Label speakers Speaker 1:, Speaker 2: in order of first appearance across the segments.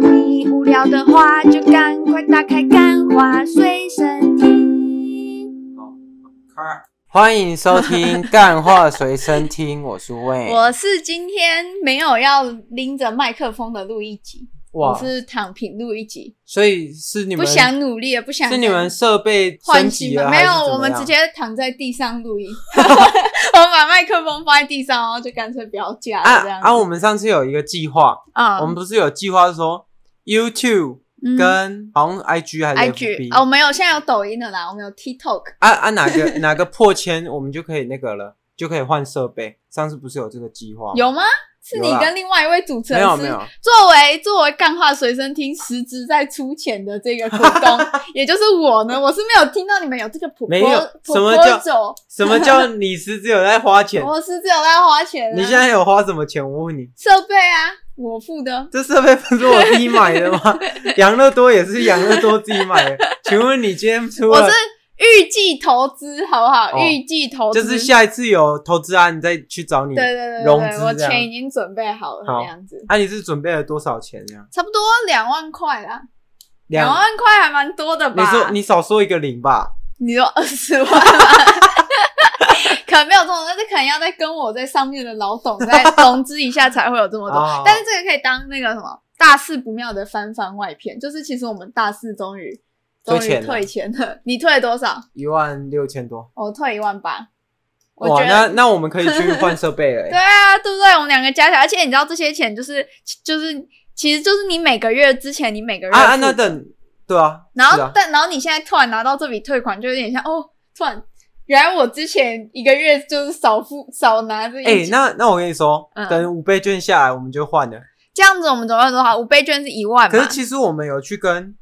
Speaker 1: 你无聊的话，就赶快打开《干花随身听》。
Speaker 2: 开
Speaker 3: 欢迎收 听《干话随身听》，我是魏。
Speaker 1: 我是今天没有要拎着麦克风的录一集，我
Speaker 3: 哇，
Speaker 1: 是躺平录一集，
Speaker 3: 所以是你
Speaker 1: 不
Speaker 3: 们
Speaker 1: 想努力了，不想
Speaker 3: 是你们设备升
Speaker 1: 换新
Speaker 3: 级
Speaker 1: 吗？
Speaker 3: 了，
Speaker 1: 没有
Speaker 3: 还是，怎
Speaker 1: 我
Speaker 3: 么
Speaker 1: 们
Speaker 3: 样
Speaker 1: 直接躺在地 上录音，我们把麦克风放在地上，然后就干脆不要架了这
Speaker 3: 啊
Speaker 1: 样
Speaker 3: 啊！
Speaker 1: 子。
Speaker 3: 我们上次有一个计划，
Speaker 1: 啊
Speaker 3: 我们不是有计划说 YouTube
Speaker 1: 嗯
Speaker 3: 跟好像 IG 还是
Speaker 1: IG 哦，
Speaker 3: FB
Speaker 1: 没有，现在有抖音了啦，我们有 TikTok。
Speaker 3: 啊啊哪个 哪个破千，我们就可以那个了，就可以换设备。上次不是有这个计划吗？
Speaker 1: 有吗？是你
Speaker 3: 哦有啦
Speaker 1: 跟另外一位主持
Speaker 3: 没
Speaker 1: 人
Speaker 3: 有
Speaker 1: 是
Speaker 3: 没有？
Speaker 1: 作为作为干话随身听实质在出钱的这个股 东，也就是我呢，我是没有听到你们有这个普
Speaker 3: 没有
Speaker 1: 普
Speaker 3: 什么
Speaker 1: 普
Speaker 3: 叫
Speaker 1: 走，
Speaker 3: 什么叫你是只有在花钱？
Speaker 1: 我是只有在花哦钱、啊，
Speaker 3: 你现在有花什么钱？我问你，
Speaker 1: 设备啊，我付的，
Speaker 3: 这设备不是我自己买的 吗？养乐多也是养乐多自己买的。请问你今天出
Speaker 1: 我
Speaker 3: 了
Speaker 1: 是，预计投资，好不好？
Speaker 3: 哦
Speaker 1: 预计投资
Speaker 3: 就是下一次有投资案，你再去找你。
Speaker 1: 对对对对
Speaker 3: 融资
Speaker 1: 对，我
Speaker 3: 这样
Speaker 1: 钱已经准备好了，
Speaker 3: 好
Speaker 1: 这样子，
Speaker 3: 啊，你是准备了多少钱呀？
Speaker 1: 差不多两万块啦，两万块还蛮多的吧？
Speaker 3: 你说你少说一个零吧。
Speaker 1: 你说二十万吗？ 可能没有这种，但是可能要再跟我在上面的老董 再融资一下，才会有这么多
Speaker 3: 哦。
Speaker 1: 但是这个可以当那个什么大事不妙的翻番外篇，就是其实我们大事终于终
Speaker 3: 退
Speaker 1: 于
Speaker 3: 钱了
Speaker 1: 退钱了。你退了多少？
Speaker 3: 一万六千多。
Speaker 1: 我退一万八。我
Speaker 3: 哇，
Speaker 1: 觉
Speaker 3: 那
Speaker 1: 得
Speaker 3: 那我们可以去换设备了
Speaker 1: 对
Speaker 3: 欸。
Speaker 1: 啊，对不对？我们两个加起来，而且你知道这些钱就是就是其实就是你每个月之前你每个月
Speaker 3: 啊啊，
Speaker 1: 付
Speaker 3: 那等对啊，
Speaker 1: 然
Speaker 3: 是
Speaker 1: 后、
Speaker 3: 啊
Speaker 1: 但然后你现在突然拿到这笔退款，就有点像哦，突然原来我之前一个月就是少付少拿这一
Speaker 3: 哎，
Speaker 1: 千
Speaker 3: 那那我跟你说
Speaker 1: 嗯，
Speaker 3: 等五倍券下来我们就换了。
Speaker 1: 这样子我们总共有多少？五倍券是一万
Speaker 3: 可是
Speaker 1: 嘛，
Speaker 3: 其实我们有去跟，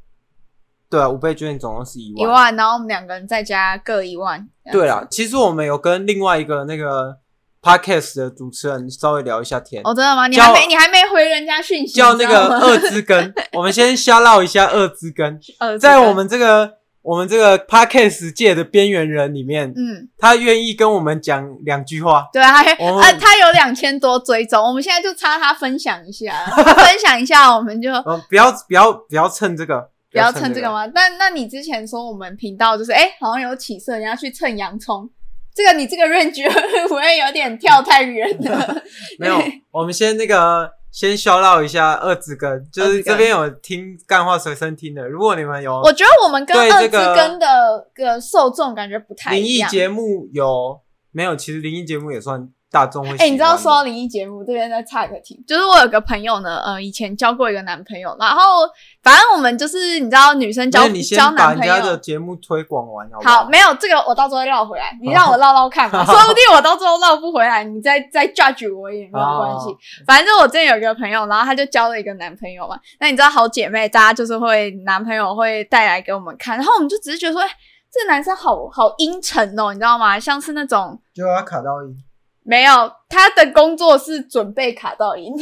Speaker 3: 对啊，五倍券总共是一
Speaker 1: 一万，然后我们两个人再加各一万。这样子
Speaker 3: 对啦，，其实我们有跟另外一个那个 podcast 的主持人稍微聊一下天，
Speaker 1: 哦，真的吗？你
Speaker 3: 叫
Speaker 1: 还没你还没回人家讯息，
Speaker 3: 叫那个
Speaker 1: 你知道吗
Speaker 3: 二 之根。我们先瞎唠一下二之根，
Speaker 1: 呃，
Speaker 3: 在
Speaker 1: 这个
Speaker 3: 我们这个我们这个 podcast 界的边缘人里面，
Speaker 1: 嗯，
Speaker 3: 他愿意跟我们讲两句话。
Speaker 1: 对啊，还
Speaker 3: 我们
Speaker 1: 呃，他有两千多追踪，我们现在就差他分享 一下，分享一下，我们就
Speaker 3: 嗯，不要不要不要蹭这个，
Speaker 1: 不要蹭这个？吗？那那你之前说我们频道就是哎、诶好像有起色，你要去蹭洋葱，这个你这个 range 会不会有点跳太远 了？
Speaker 3: 没有，我们先那个先消唠一下二之根，就
Speaker 1: 二之
Speaker 3: 是
Speaker 1: 根
Speaker 3: 这边有听干话随身听的，如果你们有
Speaker 1: 我觉得我们跟
Speaker 3: 对
Speaker 1: 二
Speaker 3: 这
Speaker 1: 之
Speaker 3: 个
Speaker 1: 根的个受众感觉不太
Speaker 3: 灵
Speaker 1: 一
Speaker 3: 异
Speaker 1: 样。
Speaker 3: 节目有没有？其实灵异节目也算大众会喜欢的。
Speaker 1: 哎、你知道说到灵异节目这边再插一个题，就是我有个朋友呢，呃，以前交过一个男朋友，然后反正我们就是你知道女生交
Speaker 3: 那你先
Speaker 1: 交
Speaker 3: 把
Speaker 1: 男
Speaker 3: 人
Speaker 1: 朋
Speaker 3: 家
Speaker 1: 友
Speaker 3: 的节目推广完好不
Speaker 1: 好，没有这个，我到时候会绕回来。你让我绕绕看嘛，
Speaker 3: 好
Speaker 1: 说不定我到最后绕不回来，你再再 judge 我也没有关系
Speaker 3: 好。
Speaker 1: 反正我之前有一个朋友，然后她就交了一个男朋友嘛。那你知道好姐妹，大家就是会男朋友会带来给我们看，然后我们就只是觉得说，哎这男生好好阴沉哦，你知道吗？像是那种
Speaker 3: 就要卡到音。
Speaker 1: 没有他的工作是准备卡到音，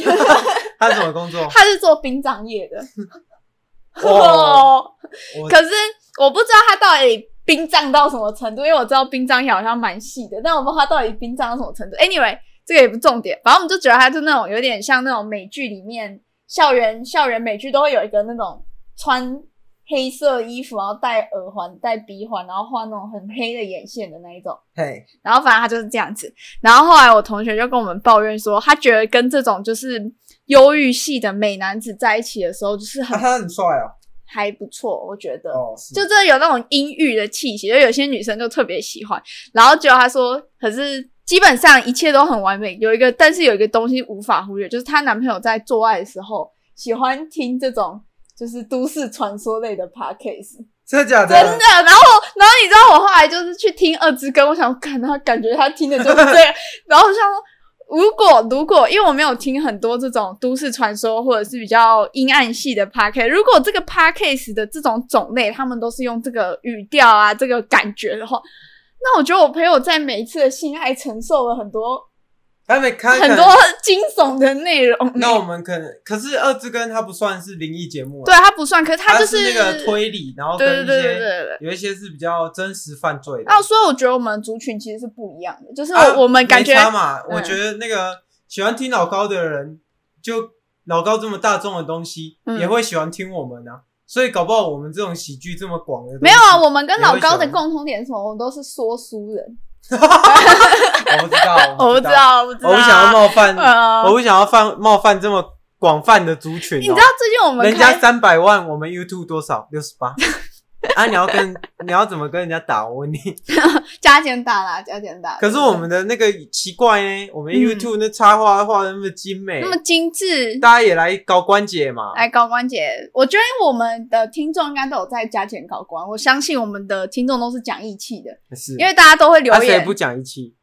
Speaker 3: 他什么工作？
Speaker 1: 他是做殡葬业的。
Speaker 3: 哦，我
Speaker 1: 可是我不知道他到底殡葬到什么程度，因为我知道殡葬也好像蛮细的，但我不知道他到底殡葬到什么程度。Anyway，这个也不重点，反正我们就觉得他就那种有点像那种美剧里面校园校园美剧都会有一个那种穿黑色衣服，然后戴耳环、戴鼻环，然后画那种很黑的眼线的那一种。
Speaker 3: 嘿，
Speaker 1: 然后反正他就是这样子。然后后来我同学就跟我们抱怨说，他觉得跟这种就是忧郁系的美男子在一起的时候，就是很
Speaker 3: 他很帅哦。
Speaker 1: 还不错，我觉得。
Speaker 3: 哦，
Speaker 1: 就真的有那种阴郁的气息，就有些女生就特别喜欢。然后结果他说，可是基本上一切都很完美，有一个但是有一个东西无法忽略，就是她男朋友在做爱的时候喜欢听这种。就是都市传说类的 podcast，
Speaker 3: 真的假
Speaker 1: 真的。然后，然后你知道我后来就是去听二之根，我想，看他感觉他听的就是 这样。然后我想说，如果如果，因为我没有听很多这种都市传说或者是比较阴暗系的 podcast，如果这个 podcast 的这种种类，他们都是用这个语调啊，这个感觉的话，那我觉得我朋友在每一次的性爱承受了很多
Speaker 3: 他没看
Speaker 1: 很多。惊悚的内容。
Speaker 3: 那我们可能，可是二之根它不算是灵异节目啊，
Speaker 1: 对他不算，可是他
Speaker 3: 它
Speaker 1: 就是
Speaker 3: 那个推理，然后
Speaker 1: 对
Speaker 3: 跟
Speaker 1: 对
Speaker 3: 一
Speaker 1: 对对对
Speaker 3: 些
Speaker 1: 对。哦
Speaker 3: 有一些是比较真实犯罪的。
Speaker 1: 那所以我觉得我们族群其实是不一样的，就是我、
Speaker 3: 啊
Speaker 1: 我们感觉
Speaker 3: 没差嘛，我
Speaker 1: 嗯
Speaker 3: 觉得那个喜欢听老高的人就老高这么大众的东西，
Speaker 1: 嗯
Speaker 3: 也会喜欢听我们啊。所以搞不好我们这种喜剧这么广的东西，
Speaker 1: 没有啊，我们跟
Speaker 3: 也会
Speaker 1: 老高的
Speaker 3: 喜欢
Speaker 1: 共同点是什么？我们都是说书人。
Speaker 3: 我哦不知 道，
Speaker 1: 我不知，道，我不知道。
Speaker 3: 我不想要冒犯，
Speaker 1: 呃
Speaker 3: 我不想要犯冒犯这么广泛的族群、哦。
Speaker 1: 你知道最近我们
Speaker 3: 人家
Speaker 1: 开
Speaker 3: 三百万，我们 YouTube 多少？六十八。啊，你要跟你要怎么跟人家打？我问你。
Speaker 1: 加减打啦，加减打。
Speaker 3: 可是我们的那个奇怪呢，我们
Speaker 1: 嗯
Speaker 3: YouTube 那插画画的那么精美，
Speaker 1: 那么哎精致，
Speaker 3: 大家也来搞关节嘛。
Speaker 1: 来高关节，我觉得我们的听众应该都有在加减高官，我相信我们的听众都是讲义气的，
Speaker 3: 是，
Speaker 1: 因为大家都会留
Speaker 3: 他谁
Speaker 1: 言
Speaker 3: 不。讲义气？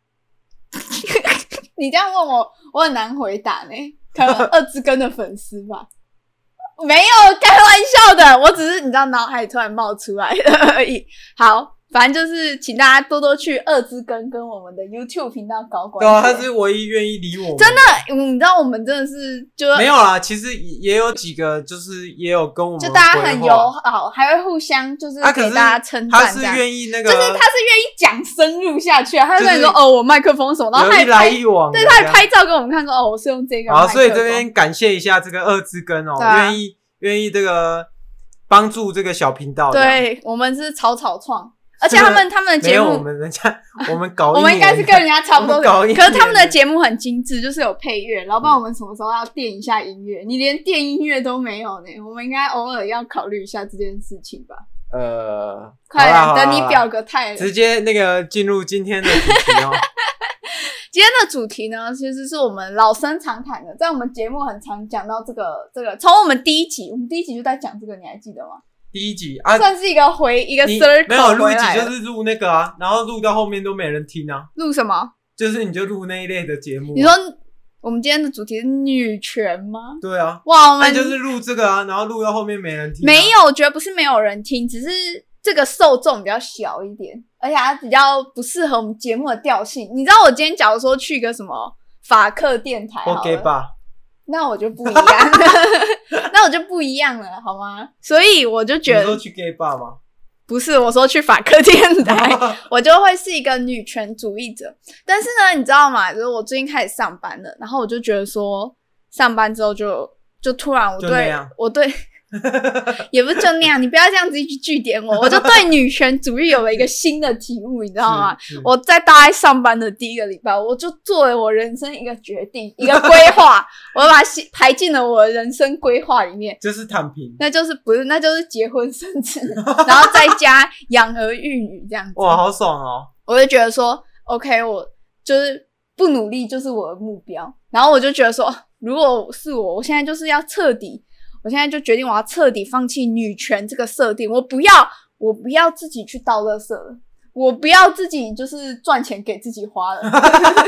Speaker 1: 你这样问我，我很难回答呢。可能二之根的粉丝吧，没有开玩笑的，我只是你知道脑海突然冒出来的而已。好，反正就是请大家多多去二之根跟我们的 YouTube 频道搞关
Speaker 3: 对啊，
Speaker 1: 节
Speaker 3: 他是唯一愿意理我们。
Speaker 1: 真的，嗯你知道我们真的是就
Speaker 3: 没有啦，其实也有几个，就是也有跟我们
Speaker 1: 就大家很
Speaker 3: 回
Speaker 1: 友
Speaker 3: 话
Speaker 1: 好，还会互相就是
Speaker 3: 啊，可
Speaker 1: 给
Speaker 3: 是
Speaker 1: 大家称
Speaker 3: 他
Speaker 1: 赞
Speaker 3: 是
Speaker 1: 这样。
Speaker 3: 愿意那个，
Speaker 1: 就是他是愿意讲深入下去啊，他就跟你说、
Speaker 3: 就是
Speaker 1: 哦，我麦克风什么，然后他
Speaker 3: 有
Speaker 1: 还
Speaker 3: 一来
Speaker 1: 拍，
Speaker 3: 一往的
Speaker 1: 对，
Speaker 3: 这样，
Speaker 1: 他还拍照给我们看说哦，我是用这个麦克
Speaker 3: 好，
Speaker 1: 风。
Speaker 3: 所以这边感谢一下这个二字根哦，
Speaker 1: 对啊
Speaker 3: 愿意愿意这个帮助这个小频道的。
Speaker 1: 对我们是草草创，而且他们他们的
Speaker 3: 没
Speaker 1: 节
Speaker 3: 有
Speaker 1: 目，
Speaker 3: 我们人家 我们搞一年，
Speaker 1: 我们应该是跟人家差不多 的
Speaker 3: 我们搞一，
Speaker 1: 可是他们的
Speaker 3: 年
Speaker 1: 节目很精致，就是有配乐，老板我们什么时候要垫一下音
Speaker 3: 嗯
Speaker 1: 乐？你连垫音乐都没有呢，我们应该偶尔要考虑一下这件事情吧。
Speaker 3: 呃，
Speaker 1: 快
Speaker 3: 好啦
Speaker 1: 点，等你，
Speaker 3: 好
Speaker 1: 表
Speaker 3: 啦
Speaker 1: 个态了。
Speaker 3: 直接那个进入今天的主题哦。
Speaker 1: 今天的主题呢，其实是我们老生常谈的，在我们节目很常讲到这个这个，从我们第一集，我们第一集就在讲这个，你还记得吗？
Speaker 3: 第一集啊，
Speaker 1: 算是一个回一个
Speaker 3: 你
Speaker 1: circle
Speaker 3: 没有录一
Speaker 1: 回来
Speaker 3: 集
Speaker 1: 了
Speaker 3: 就是录那个啊，然后录到后面都没人听啊，
Speaker 1: 录什么？
Speaker 3: 就是你就录那一类的节目啊。
Speaker 1: 你说我们今天的主题是女权吗？
Speaker 3: 对啊，
Speaker 1: 哇，我
Speaker 3: 那
Speaker 1: 们
Speaker 3: 就是录这个啊，然后录到后面没人听啊，
Speaker 1: 哦没有，我觉得不是没有人听，只是这个受众比较小一点，而且它比较不适合我们节目的调性。你知道，我今天假如说去一个什么法克电台好了
Speaker 3: ，OK 吧？
Speaker 1: 那我就不一样了， 那我就不一样了，好吗？所以我就
Speaker 3: 你
Speaker 1: 觉
Speaker 3: 说
Speaker 1: 得
Speaker 3: 去 gay bar 吗？
Speaker 1: 不是，我说去法克电台，我就会是一个女权主义者。但是呢，你知道吗？就是我最近开始上班了，然后我就觉得说，上班之后就就突然我
Speaker 3: 就那
Speaker 1: 对
Speaker 3: 样
Speaker 1: 我对也不是就那样，你不要这样子一直据点我，我就对女权主义有了一个新的体悟，你知道吗？
Speaker 3: 是？是
Speaker 1: 我在大概上班的第一个礼拜，我就作为我人生一个决定、一个规划，我把它写排进了我的人生规划里面。
Speaker 3: 就是躺平。
Speaker 1: 那就是不是，那就是结婚生子，然后再加养儿育女这样子。
Speaker 3: 哇，好爽哦！
Speaker 1: 我就觉得说，OK，我就是不努力就是我的目标。然后我就觉得说，如果是我，我现在就是要彻底，我现在就决定我要彻底放弃女权这个设定，我不要，我不要自己去倒垃圾了，我不要自己就是赚钱给自己花了。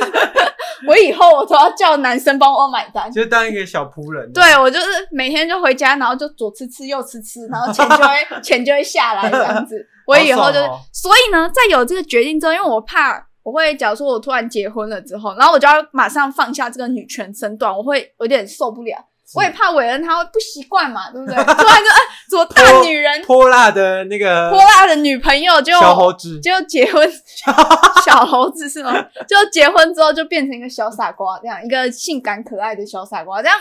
Speaker 1: 我以后我都要叫男生帮我买单。
Speaker 3: 就当一个小仆人。
Speaker 1: 对我就是每天就回家，然后就左吃吃右吃吃，然后钱 就会钱就会下来这样子。我以后就是，
Speaker 3: 好爽哦
Speaker 1: 所以呢，在有这个决定之后，因为我怕我会，假如说我突然结婚了之后，然后我就要马上放下这个女权身段，我会有点受不了。
Speaker 3: 是
Speaker 1: 我也怕伟恩他会不习惯嘛，对不 对？突然就哎，怎么大女人
Speaker 3: 泼辣的那个
Speaker 1: 泼辣的女朋友就
Speaker 3: 小猴子，
Speaker 1: 就结 婚，小猴子是吗？就结婚之后就变成一个小傻瓜，这样一个性感可爱的小傻瓜，这样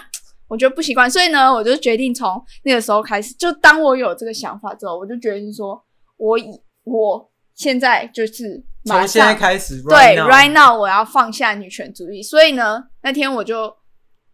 Speaker 1: 我觉得不习惯，所以呢，我就决定从那个时候开始，就当我有这个想法之后，我就决定说，我以我现在就是马
Speaker 3: 从现在
Speaker 1: 上。
Speaker 3: 开始，
Speaker 1: 对
Speaker 3: now
Speaker 1: ，right now 我要放下女权主义，所以呢，那天我就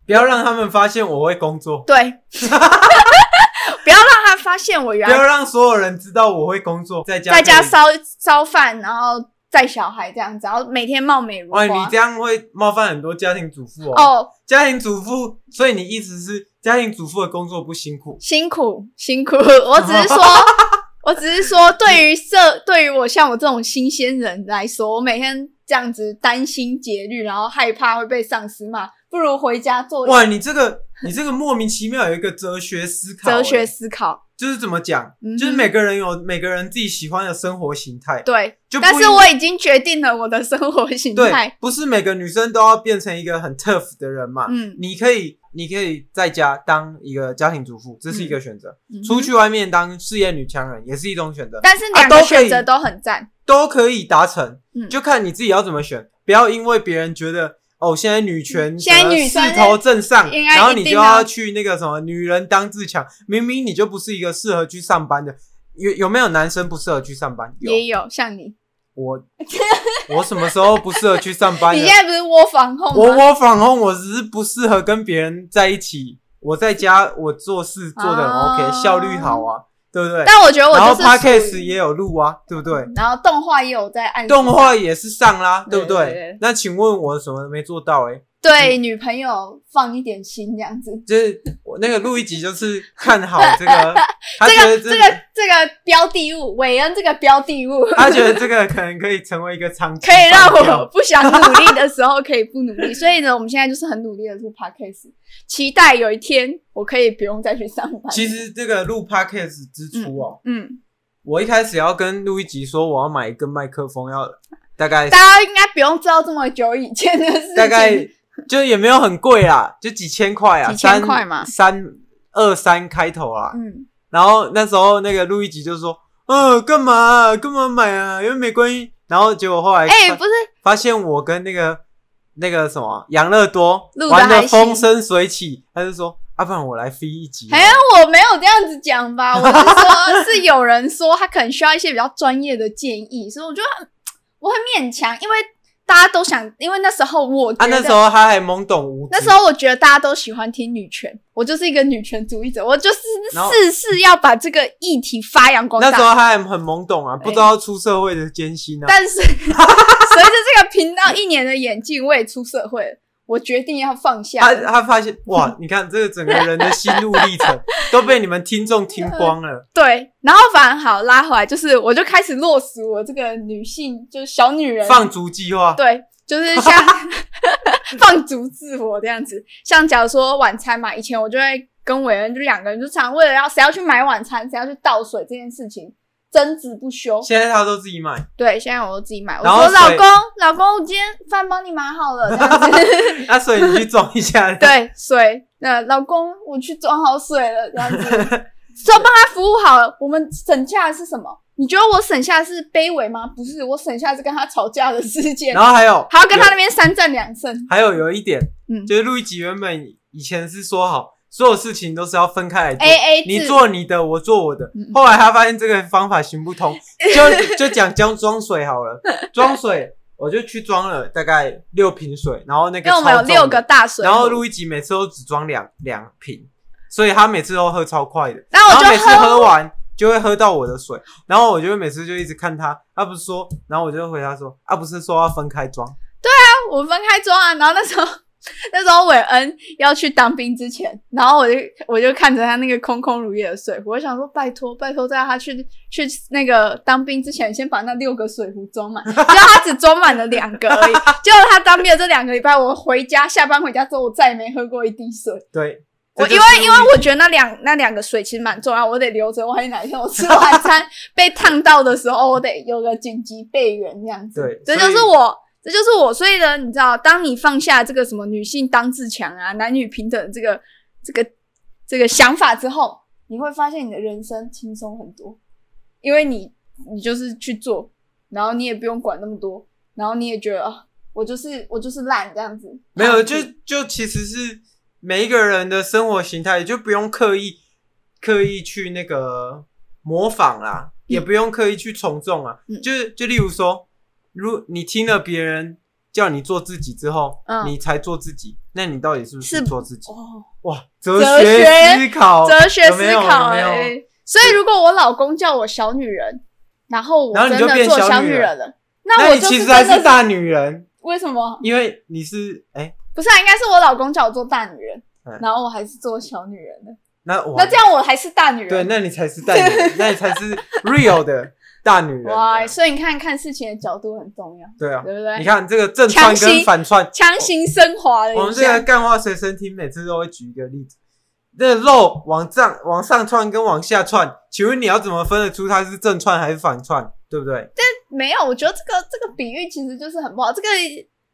Speaker 3: 不要让他们发现我会工作，
Speaker 1: 对，不要让他发现我原
Speaker 3: 不
Speaker 1: 来
Speaker 3: 要让所有人知道我会工作，在家
Speaker 1: 在家
Speaker 3: 可以。
Speaker 1: 烧烧饭，然后带小孩这样子，然后每天貌美如花。
Speaker 3: 哇，你这样会冒犯很多家庭主妇哦。
Speaker 1: 哦，
Speaker 3: 家庭主妇，所以你意思是家庭主妇的工作不辛苦？
Speaker 1: 辛苦辛苦， 我只 是说，我只是说，对于社，对于我像我这种新鲜人来说，我每天这样子担心节律，然后害怕会被上司骂，不如回家做
Speaker 3: 哇，你这个你这个莫名其妙有一个哲学思考欸，
Speaker 1: 哲学思考。
Speaker 3: 就是怎么讲
Speaker 1: 嗯哼，
Speaker 3: 就是每个人有每个人自己喜欢的生活形态，
Speaker 1: 对，
Speaker 3: 就不
Speaker 1: 但是
Speaker 3: 一
Speaker 1: 我已经决定了我的生活形
Speaker 3: 对
Speaker 1: 态。，
Speaker 3: 不是每个女生都要变成一个很 tough 的人嘛。
Speaker 1: 嗯，
Speaker 3: 你可以，你可以在家当一个家庭主妇，这是一个选择；
Speaker 1: 嗯
Speaker 3: 出。去外面当事业女强人也是一种选择，
Speaker 1: 但是
Speaker 3: 啊
Speaker 1: 两
Speaker 3: 都
Speaker 1: 个
Speaker 3: 可以
Speaker 1: 选择都很赞，
Speaker 3: 都可以达成
Speaker 1: 嗯，
Speaker 3: 就看你自己要怎么选。不要因为别人觉得哦，现在女权
Speaker 1: 嗯现在
Speaker 3: 什么
Speaker 1: 女生
Speaker 3: 势头正上，
Speaker 1: 应该
Speaker 3: 然后你
Speaker 1: 一
Speaker 3: 就
Speaker 1: 定啊
Speaker 3: 要去那个什么女人当自强，明明你就不是一个适合去上班的。有有没有男生不适合去上班？有，
Speaker 1: 也有像你，
Speaker 3: 我我什么时候不适合去上班
Speaker 1: 你
Speaker 3: 了
Speaker 1: 现？在不是窝房控
Speaker 3: 我
Speaker 1: 吗？
Speaker 3: 我反红，我只是不适合跟别人在一起。我在家我做事做的很 OK，、
Speaker 1: 啊
Speaker 3: 效率好啊，对不对？
Speaker 1: 但我觉得我
Speaker 3: 然后
Speaker 1: 就是
Speaker 3: podcast
Speaker 1: 属于
Speaker 3: 也有录啊，对不对？
Speaker 1: 然后动画也有在暗示
Speaker 3: 动画也是上啦，
Speaker 1: 对
Speaker 3: 对不对？
Speaker 1: 对对
Speaker 3: 那请问我什么没做到、欸？哎，
Speaker 1: 对女朋友放一点心这样子。
Speaker 3: 就是我那个录一集就是看好这 个，他
Speaker 1: 这
Speaker 3: 觉得
Speaker 1: 个这个这个标的物，韦恩这个标的物，
Speaker 3: 他觉得这个可能可以成为一个长期
Speaker 1: 可以让
Speaker 3: 饭
Speaker 1: 我
Speaker 3: 票
Speaker 1: 不想努力的时候可以不努力。所以呢，我们现在就是很努力的录 podcast，期待有一天我可以不用再去上班。
Speaker 3: 其，实这个录 podcast 支出哦、
Speaker 1: 嗯，
Speaker 3: 我一开始要跟录一集说我要买一根麦克风，要大概
Speaker 1: 大家应该不用知道这么久以前的事情。
Speaker 3: 大概就是也没有很贵啦，就几千块啊，
Speaker 1: 几千
Speaker 3: 三
Speaker 1: 块嘛
Speaker 3: 三二三开头啊。
Speaker 1: 嗯，
Speaker 3: 然后那时候那个录一集就说，嗯，干嘛啊干嘛买啊，因为没关系。然后结果后来
Speaker 1: 哎、
Speaker 3: 发
Speaker 1: 不是，
Speaker 3: 发现我跟那个那个什么杨乐多
Speaker 1: 录得
Speaker 3: 玩
Speaker 1: 还
Speaker 3: 的
Speaker 1: 行
Speaker 3: 风生水起，他就说，啊，不然我来飞一集啊好了。
Speaker 1: 哎、我没有这样子 讲吧？我是说，是有人说他可能需要一些比较专业的建议，所以我觉得很我很勉强，因为大家都想，因为那时候我觉
Speaker 3: 啊，
Speaker 1: 得、
Speaker 3: 那时候他还懵懂无知，
Speaker 1: 那时候我觉得大家都喜欢听女权，我就是一个女权主义者，我就是
Speaker 3: 然后
Speaker 1: 事事要把这个议题发扬光
Speaker 3: 那
Speaker 1: 大。
Speaker 3: 时候他还很懵懂啊，
Speaker 1: 对
Speaker 3: 不知道出社会的艰辛啊。
Speaker 1: 但 是随着这个频道一年的演进，我也出社会了，我决定要放下
Speaker 3: 他
Speaker 1: 了。
Speaker 3: 他发现 哇，你看这个整个人的心路历程都被你们听众听光了。
Speaker 1: 对，然后反而好拉回来，就是我就开始落实我这个女性，就是小女人
Speaker 3: 放逐计划，
Speaker 1: 对，就是像 放逐自我这样子。像假如说晚餐嘛，以前我就会跟伟恩就两个人就常为了要谁要去买晚餐，谁要去倒水这件事情争执不休。
Speaker 3: 现在他都自己买，
Speaker 1: 对，现在我都自己买，我
Speaker 3: 然后
Speaker 1: 说老
Speaker 3: 水
Speaker 1: 公，老公，我今天饭帮你买好了，这样子。
Speaker 3: 那啊所以你去装一下。，
Speaker 1: 对，水，那老公，我去装好水了，这样子，说帮他服务好了。我们省下的是什么？你觉得我省下的是卑微吗？不是，我省下的是跟他吵架的事件，
Speaker 3: 然后还有
Speaker 1: 还要跟他那边三战两胜。
Speaker 3: 还有有一点，
Speaker 1: 嗯
Speaker 3: 就是录一集原本以前是说好所有事情都是要分开来 做
Speaker 1: AA 制
Speaker 3: 你做你的，我做我的
Speaker 1: 哎嗯。
Speaker 3: 后来他发现这个方法行不 通，就就讲装装水好了，装水我就去装了大概六瓶水，然后那个
Speaker 1: 因为我们有
Speaker 3: 超重
Speaker 1: 六
Speaker 3: 的
Speaker 1: 个大水壶，
Speaker 3: 然后录一集每次都只装两两瓶，所以他每次都喝超快的。
Speaker 1: 然
Speaker 3: 然
Speaker 1: 后我
Speaker 3: 后
Speaker 1: 就
Speaker 3: 每次
Speaker 1: 喝，
Speaker 3: 喝完就会喝到我的水，然后我就会每次就一直看他，他不是说，然后我就回他说，啊不是说要分开装，
Speaker 1: 我分开装啊。然后那时候，那时候韦恩要去当兵之前，然后我就我就看着他那个空空如也的水壶，我想说拜托拜托，在他去去那个当兵之前，先把那六个水壶装满。结果他只装满了两个而已。 结果他当兵的这两个礼拜，我回家下班回家之后，我再也没喝过一滴水。
Speaker 3: 对，
Speaker 1: 我
Speaker 3: 这
Speaker 1: 因
Speaker 3: 就
Speaker 1: 为
Speaker 3: 是
Speaker 1: 因为啊我觉得那两那两个水其实蛮重要，我得留着，万一哪一天我吃晚 餐被烫到的时候，我得有个紧急备援这样子。
Speaker 3: 对
Speaker 1: 这
Speaker 3: 所
Speaker 1: 就
Speaker 3: 以
Speaker 1: 是我，这就是我。所以呢，你知道，当你放下这个什么女性当自强啊、男女平等这个这个这个想法之后，你会发现你的人生轻松很多，因为你你就是去做，然后你也不用管那么多，然后你也觉得啊，我就是我就是烂这样子。
Speaker 3: 没有，
Speaker 1: 躺
Speaker 3: 就
Speaker 1: 平
Speaker 3: 就其实是每一个人的生活形态，就不用刻意刻意去那个模仿啦，也不用刻意去从众啊。
Speaker 1: 嗯
Speaker 3: 就是就例如说，如你听了别人叫你做自己之后，
Speaker 1: 嗯
Speaker 3: 你才做自己，那你到底是不
Speaker 1: 是
Speaker 3: 是做自己？
Speaker 1: 哦。
Speaker 3: 哇，哲
Speaker 1: 哲
Speaker 3: 学
Speaker 1: 学
Speaker 3: 思考，
Speaker 1: 哲学
Speaker 3: 哦有没
Speaker 1: 思
Speaker 3: 有
Speaker 1: 考
Speaker 3: 有没有
Speaker 1: 哎、所以如果我老公叫我小女人，然后我
Speaker 3: 然后你
Speaker 1: 真
Speaker 3: 就
Speaker 1: 的
Speaker 3: 变
Speaker 1: 做
Speaker 3: 小
Speaker 1: 小
Speaker 3: 女
Speaker 1: 女
Speaker 3: 人
Speaker 1: 人了，那
Speaker 3: 那
Speaker 1: 我
Speaker 3: 你
Speaker 1: 就
Speaker 3: 其
Speaker 1: 真
Speaker 3: 实还
Speaker 1: 的
Speaker 3: 是大女人，
Speaker 1: 为什么？
Speaker 3: 因为你是哎、
Speaker 1: 不是、啊，应该是我老公叫我做大女人，
Speaker 3: 嗯
Speaker 1: 然后我还是做小女人的。
Speaker 3: 那我
Speaker 1: 那这样我还是大女人。
Speaker 3: 对，那你才是大女人，那你才是 real 的大女人。
Speaker 1: 哇，所以你看看事情的角度很重要，
Speaker 3: 对啊，
Speaker 1: 对不
Speaker 3: 你
Speaker 1: 对？
Speaker 3: 看这个正串
Speaker 1: 强
Speaker 3: 跟
Speaker 1: 行
Speaker 3: 反串，
Speaker 1: 强行升华了
Speaker 3: 我们
Speaker 1: 一
Speaker 3: 这个
Speaker 1: 下，
Speaker 3: 干话随身听每次都会举一个例子。那个肉往上往上串跟往下串，请问你要怎么分得出它是正串还是反串，对不对？
Speaker 1: 没有，我觉得这个这个比喻其实就是很不好。这个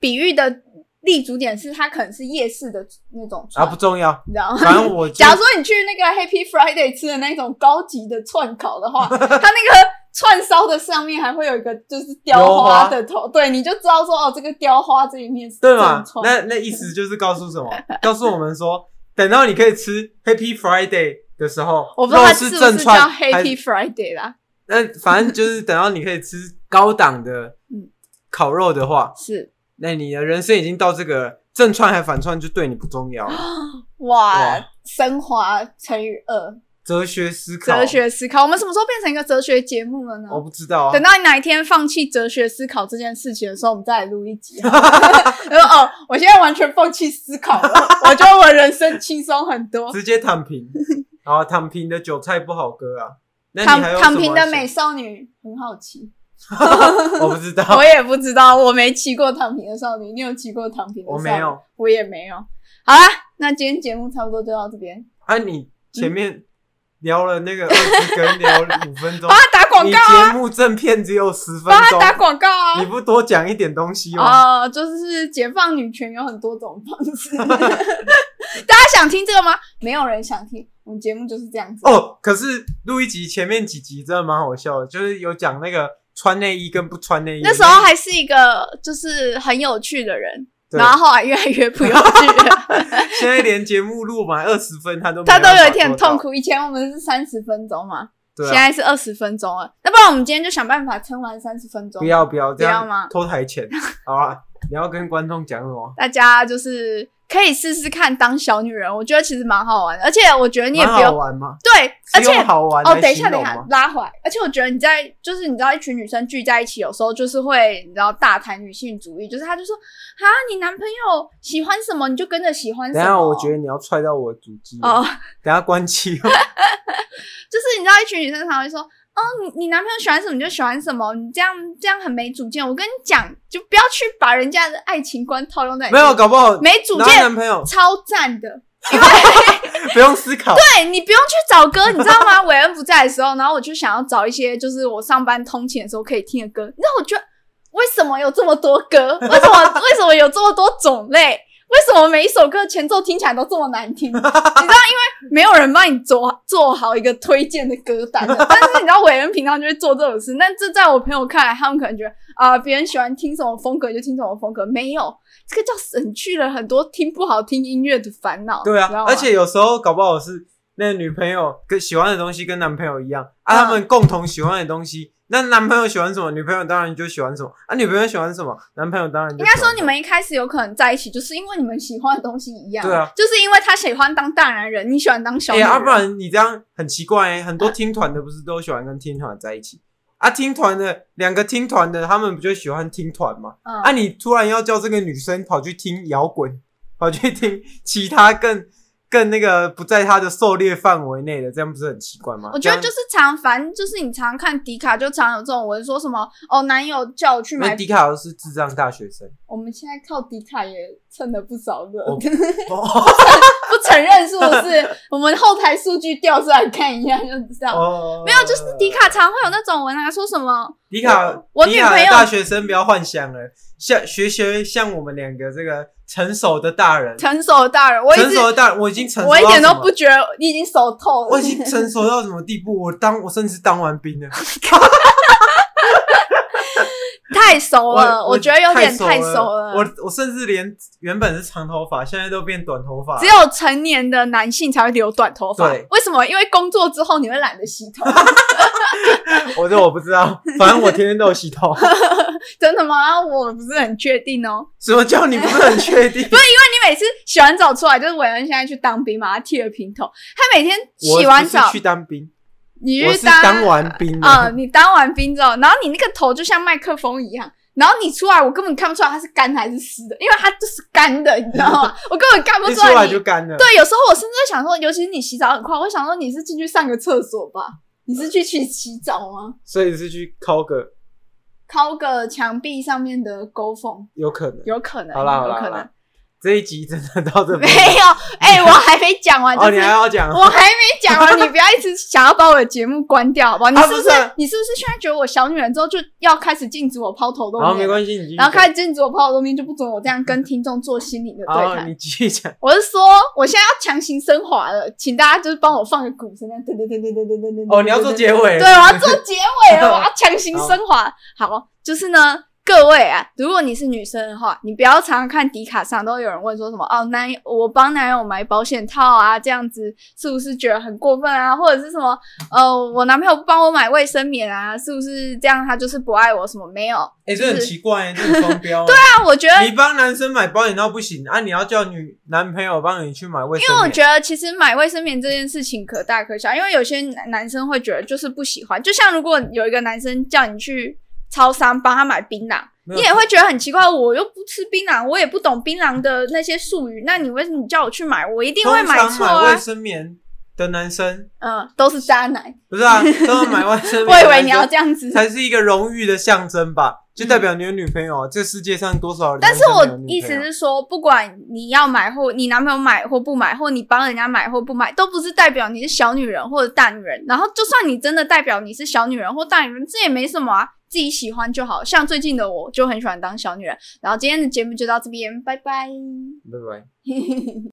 Speaker 1: 比喻的立足点是它可能是夜市的那种
Speaker 3: 啊，
Speaker 1: 串，
Speaker 3: 不重要，
Speaker 1: 你知道吗？
Speaker 3: 反正 我就
Speaker 1: 假如说你去那个 Happy Friday 吃的那种高级的串烤的话，它那个串烧的上面还会有一个就是雕花的头，对，你就知道说哦，这个雕花这一面是
Speaker 3: 对嘛
Speaker 1: 正？宗
Speaker 3: 那那意思就是告诉什么？告诉我们说，等到你可以吃 Happy Friday 的时候，
Speaker 1: 我不知道
Speaker 3: 肉
Speaker 1: 它
Speaker 3: 是
Speaker 1: 是不
Speaker 3: 正
Speaker 1: 是叫
Speaker 3: 串还
Speaker 1: Happy Friday 啦，
Speaker 3: 那反正就是等到你可以吃高档的
Speaker 1: 嗯
Speaker 3: 烤肉的话，
Speaker 1: 是
Speaker 3: 那你的人生已经到这个了正串还反串就对你不重要
Speaker 1: 啊
Speaker 3: 了。
Speaker 1: 哇
Speaker 3: 哇，
Speaker 1: 升华乘以二，
Speaker 3: 哲学思考，
Speaker 1: 哲学思考，我们什么时候变成一个哲学节目了呢？
Speaker 3: 我不知道啊
Speaker 1: 等。到你哪一天放弃哲学思考这件事情的时候，我们再来录一集好了。 然后哦，我现在完全放弃思考了，我觉得我人生轻松很多。
Speaker 3: 直接躺 平，啊，躺平的韭菜不好割啊。那
Speaker 1: 躺
Speaker 3: 你还有
Speaker 1: 躺平的美
Speaker 3: 美，
Speaker 1: 少女很好 奇，
Speaker 3: 我不知道，
Speaker 1: 我也不知道，我没骑过躺平的少女，你有骑过躺平的
Speaker 3: 我
Speaker 1: 少女？
Speaker 3: 没，有。
Speaker 1: 我也没有。好啦，那今天节目差不多就到这边，
Speaker 3: 啊，你前面聊了那个二十跟聊了五分 钟
Speaker 1: 帮，他打广
Speaker 3: 你
Speaker 1: 告啊，
Speaker 3: 节目正片只有十分
Speaker 1: 帮他
Speaker 3: 钟，
Speaker 1: 打广告啊
Speaker 3: 你。不多讲一点东西吗？
Speaker 1: 哦、就是解放女权有很多种方式， 大家想听这个吗？没有人想听，我们节目就是这样子。
Speaker 3: 哦，可是录一集前面几集真的蛮好笑的，就是有讲那个穿内衣跟不穿内衣。
Speaker 1: 那时候还是一个就是很有趣的人，
Speaker 3: 对
Speaker 1: 然后后来越来越不有 趣了，
Speaker 3: 现在连节目录满 二十分，他都没
Speaker 1: 他都
Speaker 3: 办法
Speaker 1: 有一点
Speaker 3: 做到
Speaker 1: 痛。苦。以前我们是三十分钟嘛，
Speaker 3: 对
Speaker 1: 现
Speaker 3: 啊，
Speaker 1: 在是二十分钟了，那不然我们今天就想办法撑完三十分钟。
Speaker 3: 不，要不要这
Speaker 1: 不要吗
Speaker 3: 样偷台前， 好啊！你要跟观众讲什么？
Speaker 1: 大家就是可以试试看当小女人，我觉得其实蛮好玩的，而且我觉得你也
Speaker 3: 蛮
Speaker 1: 不
Speaker 3: 好
Speaker 1: 用
Speaker 3: 玩吗？
Speaker 1: 对，而
Speaker 3: 是
Speaker 1: 且
Speaker 3: 用好玩
Speaker 1: 哦，
Speaker 3: 来
Speaker 1: 等一下，
Speaker 3: 形容
Speaker 1: 等一下
Speaker 3: 吗，
Speaker 1: 拉回来。而且我觉得你在，就是你知道，一群女生聚在一起，有时候就是会，你知道大谈女性主义，就是她就说，啊，你男朋友喜欢什么，你就跟着喜欢什
Speaker 3: 等
Speaker 1: 么。
Speaker 3: 一下，我觉得你要踹到我的主机了
Speaker 1: 哦，
Speaker 3: 等一下关 机哦。
Speaker 1: 就是你知道，一群女生常常会说，哦，你你男朋友喜欢什么你就喜欢什么，你这样这样很没主见。我跟你讲，就不要去把人家的爱情观套用在你
Speaker 3: 没有，
Speaker 1: 身上
Speaker 3: 搞不好
Speaker 1: 没主
Speaker 3: 然后
Speaker 1: 见
Speaker 3: 男，朋友
Speaker 1: 超赞的。
Speaker 3: 不用思考，
Speaker 1: 对啊你不用去找歌，你知道吗？ 韦恩不在的时候，然后我就想要找一些就是我上班通勤的时候可以听的歌。那我觉得为什么有这么多歌？为什么 为什么有这么多种类？为什么每一首歌前奏听起来都这么难听？你知道，因为没有人帮你做做好一个推荐的歌单的。 但是你知道，韦恩平常就会做这种事。那这在我朋友看来，他们可能觉得啊，别、人喜欢听什么风格就听什么风格，没有这个叫省去了很多听不好听音乐的烦恼。
Speaker 3: 对
Speaker 1: 你知道
Speaker 3: 啊，
Speaker 1: 吗
Speaker 3: 而且有时候搞不好是那女朋友跟喜欢的东西跟男朋友一样啊，
Speaker 1: 嗯
Speaker 3: 他们共同喜欢的东西，那男朋友喜欢什么，女朋友当然就喜欢什么啊，女朋友喜欢什么，男朋友当然就
Speaker 1: 应
Speaker 3: 喜
Speaker 1: 该
Speaker 3: 欢
Speaker 1: 说你们一开始有可能在一起，就是因为你们喜欢的东西一样，
Speaker 3: 对啊，
Speaker 1: 就是因为他喜欢当大男人，你喜欢当小
Speaker 3: 哎
Speaker 1: 女人，啊
Speaker 3: 呀，啊不然你这样很奇怪欸，很多听团的不是都喜欢跟听团在一起啊，听团的两个听团的他们不就喜欢听团吗？
Speaker 1: 嗯，
Speaker 3: 啊，你突然要叫这个女生跑去听摇滚， 跑去听其他更更那个不在她的狩猎范围内的，这样不是很奇怪吗？
Speaker 1: 我觉得
Speaker 3: 这
Speaker 1: 就
Speaker 3: 样
Speaker 1: 是常，反正就是你常看迪卡，就常有这种文说什么哦，男友叫我去
Speaker 3: 那
Speaker 1: 买，
Speaker 3: 迪卡尔是智障大学 生，
Speaker 1: 我们现在靠迪卡也蹭 了不少热，
Speaker 3: 哦
Speaker 1: 不承认是不是？我们后台数据调出来看一下就知道，
Speaker 3: 哦，
Speaker 1: 没有，就是迪卡常会有那种文啊，说什么
Speaker 3: 迪卡
Speaker 1: 我我
Speaker 3: 迪卡
Speaker 1: 女朋
Speaker 3: 的
Speaker 1: 友
Speaker 3: 大学生不要幻想了，像学学像我们两个这个成熟的大人，
Speaker 1: 成熟的大人，我一
Speaker 3: 成
Speaker 1: 直
Speaker 3: 熟的大人，我已经成熟，
Speaker 1: 我一点都不，觉得你已经熟透了，
Speaker 3: 我已经成熟到什么地步？我当我甚至当完兵了，
Speaker 1: 太熟了，
Speaker 3: 我
Speaker 1: 我觉得有点
Speaker 3: 太
Speaker 1: 太熟了。
Speaker 3: 我我甚至连原本是长头发，现在都变短头发，
Speaker 1: 只有成年的男性才会留短头发，
Speaker 3: 对
Speaker 1: 为什么？因为工作之后你会懒得洗头，
Speaker 3: 我这我不知道，反正我天天都有洗头。
Speaker 1: 真的吗？我不是很确定哦。
Speaker 3: 什么叫你不是很确 定？
Speaker 1: 你每次洗完澡出来，就是韦恩现在去当兵嘛，他剃了平头，他每天洗
Speaker 3: 我
Speaker 1: 完
Speaker 3: 不是
Speaker 1: 澡，
Speaker 3: 去当兵，
Speaker 1: 你
Speaker 3: 我
Speaker 1: 去
Speaker 3: 是当完兵
Speaker 1: 啊、
Speaker 3: 了。
Speaker 1: 你当完兵之后，然后你那个头就像麦克风一样，然后你出来，我根本看不出来它是干还是湿的，因为它就是干的，你知道 吗？我根本看不
Speaker 3: 一
Speaker 1: 出
Speaker 3: 出
Speaker 1: 来
Speaker 3: 来
Speaker 1: 你
Speaker 3: 就干了。
Speaker 1: 对，有时候我甚至会想说，尤其是你洗澡很快，我会想说你是进去上个厕所吧？你是去去洗澡吗？
Speaker 3: 所以是去敲个，
Speaker 1: 敲个墙壁上面的沟缝，
Speaker 3: 有可能。
Speaker 1: 有可能，
Speaker 3: 好啦好啦
Speaker 1: 有
Speaker 3: 好
Speaker 1: 可能
Speaker 3: 啦。这一集真的到这
Speaker 1: 没
Speaker 3: 边，
Speaker 1: 有，哎、我还没讲完，就
Speaker 3: 哦，你
Speaker 1: 是、
Speaker 3: 还要讲？
Speaker 1: 我还没讲完，你不要一直想要把我的节目关掉，好不好？你
Speaker 3: 啊
Speaker 1: 是
Speaker 3: 不是
Speaker 1: 不是、
Speaker 3: 啊
Speaker 1: 你是不是现在觉得我小女人之后就要开始禁止我抛头露
Speaker 3: 然后没？
Speaker 1: 面
Speaker 3: 关系，你继续
Speaker 1: 然后
Speaker 3: 讲
Speaker 1: 开始禁止我抛头露面，就不准我这样跟听众做心灵的对嗯
Speaker 3: 好，
Speaker 1: 谈
Speaker 3: 你。继续讲。
Speaker 1: 我是说，我现在要强行升华了，请大家就是帮我放个鼓声，那样噔噔噔噔噔噔噔噔。
Speaker 3: 哦，你要做结尾？
Speaker 1: 对，我要做结尾了，我要强行升华。好，就是呢，各位啊，如果你是女生的话，你不要常常看迪卡上都有人问说什么哦，男我帮男友买保险套啊，这样子是不是觉得很过分啊？或者是什么呃，我男朋友不帮我买卫生棉啊，是不是这样他就是不爱我什么？没有，
Speaker 3: 哎，这很奇怪，这很双 标。对啊
Speaker 1: 但啊我觉得
Speaker 3: 你帮男生买保险套不行啊，你要叫女男朋友帮你去买卫生
Speaker 1: 因为我
Speaker 3: 棉
Speaker 1: 觉得其实买卫生棉这件事情可大可小，因为有些男男生会觉得就是不喜欢，就像如果有一个男生叫你去超商帮他买槟榔，
Speaker 3: 没有
Speaker 1: 你也会觉得很奇怪，我又不吃槟榔，我也不懂槟榔的那些术语，那你为什么叫我去买？我一定会
Speaker 3: 通常
Speaker 1: 错
Speaker 3: 买卫
Speaker 1: 啊，
Speaker 3: 生棉的男生
Speaker 1: 嗯，都是渣男，
Speaker 3: 不是啊，通常买卫生棉的 男
Speaker 1: 我以
Speaker 3: 生，
Speaker 1: 为你要这样子。
Speaker 3: 才是一个荣誉的象征吧，就代表你有女朋友啊。这世界上多少人？
Speaker 1: 但是我意思，是说，不管你要买或你男朋友买或不买，或你帮人家买或不买，都不是代表你是小女人或者大女人。然后，就算你真的代表你是小女人或大女人，这也没什么啊，自己喜欢就好。像最近的我就很喜欢当小女人。然后今天的节目就到这边，拜拜。
Speaker 3: 对不对？